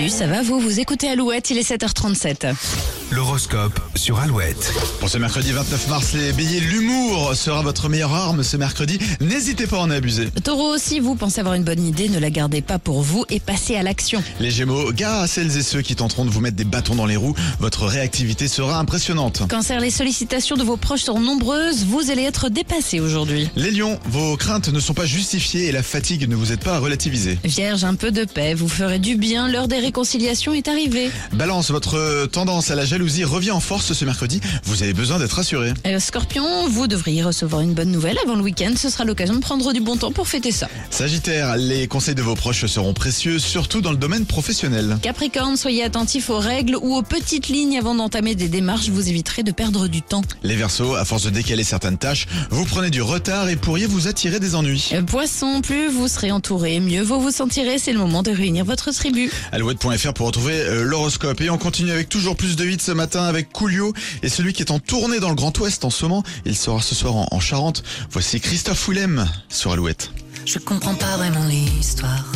Salut, ça va vous Vous écoutez Alouette, il est 7h37. L'horoscope sur Alouette. Pour ce mercredi 29 mars, les béliers, l'humour sera votre meilleure arme ce mercredi. N'hésitez pas à en abuser. Taureau, si vous pensez avoir une bonne idée, ne la gardez pas pour vous et passez à l'action. Les gémeaux, gare à celles et ceux qui tenteront de vous mettre des bâtons dans les roues. Votre réactivité sera impressionnante. Cancer, les sollicitations de vos proches sont nombreuses, vous allez être dépassé aujourd'hui. Les lions, vos craintes ne sont pas justifiées et la fatigue ne vous aide pas à relativiser. Vierge, un peu de paix, vous ferez du bien, l'heure des réconciliations est arrivée. Balance, votre tendance à la jalousie revient en force ce mercredi. Vous avez besoin d'être assuré. Euh, scorpion, vous devriez recevoir une bonne nouvelle avant le week-end, ce sera l'occasion de prendre du bon temps pour fêter ça. Sagittaire, les conseils de vos proches seront précieux, surtout dans le domaine professionnel. Capricorne, soyez attentif aux règles ou aux petites lignes avant d'entamer des démarches, vous éviterez de perdre du temps. Les versos, à force de décaler certaines tâches, vous prenez du retard et pourriez vous attirer des ennuis. Euh, Poisson, plus vous serez entouré, mieux vous vous sentirez, c'est le moment de réunir votre tribu. Alouette.fr pour retrouver euh, l'horoscope. Et on continue avec toujours plus de 8 ce matin avec Coulio et celui qui est en tournée dans le Grand Ouest en ce moment. Il sera ce soir en, en Charente. Voici Christophe Willem sur Alouette. Je comprends pas vraiment l'histoire.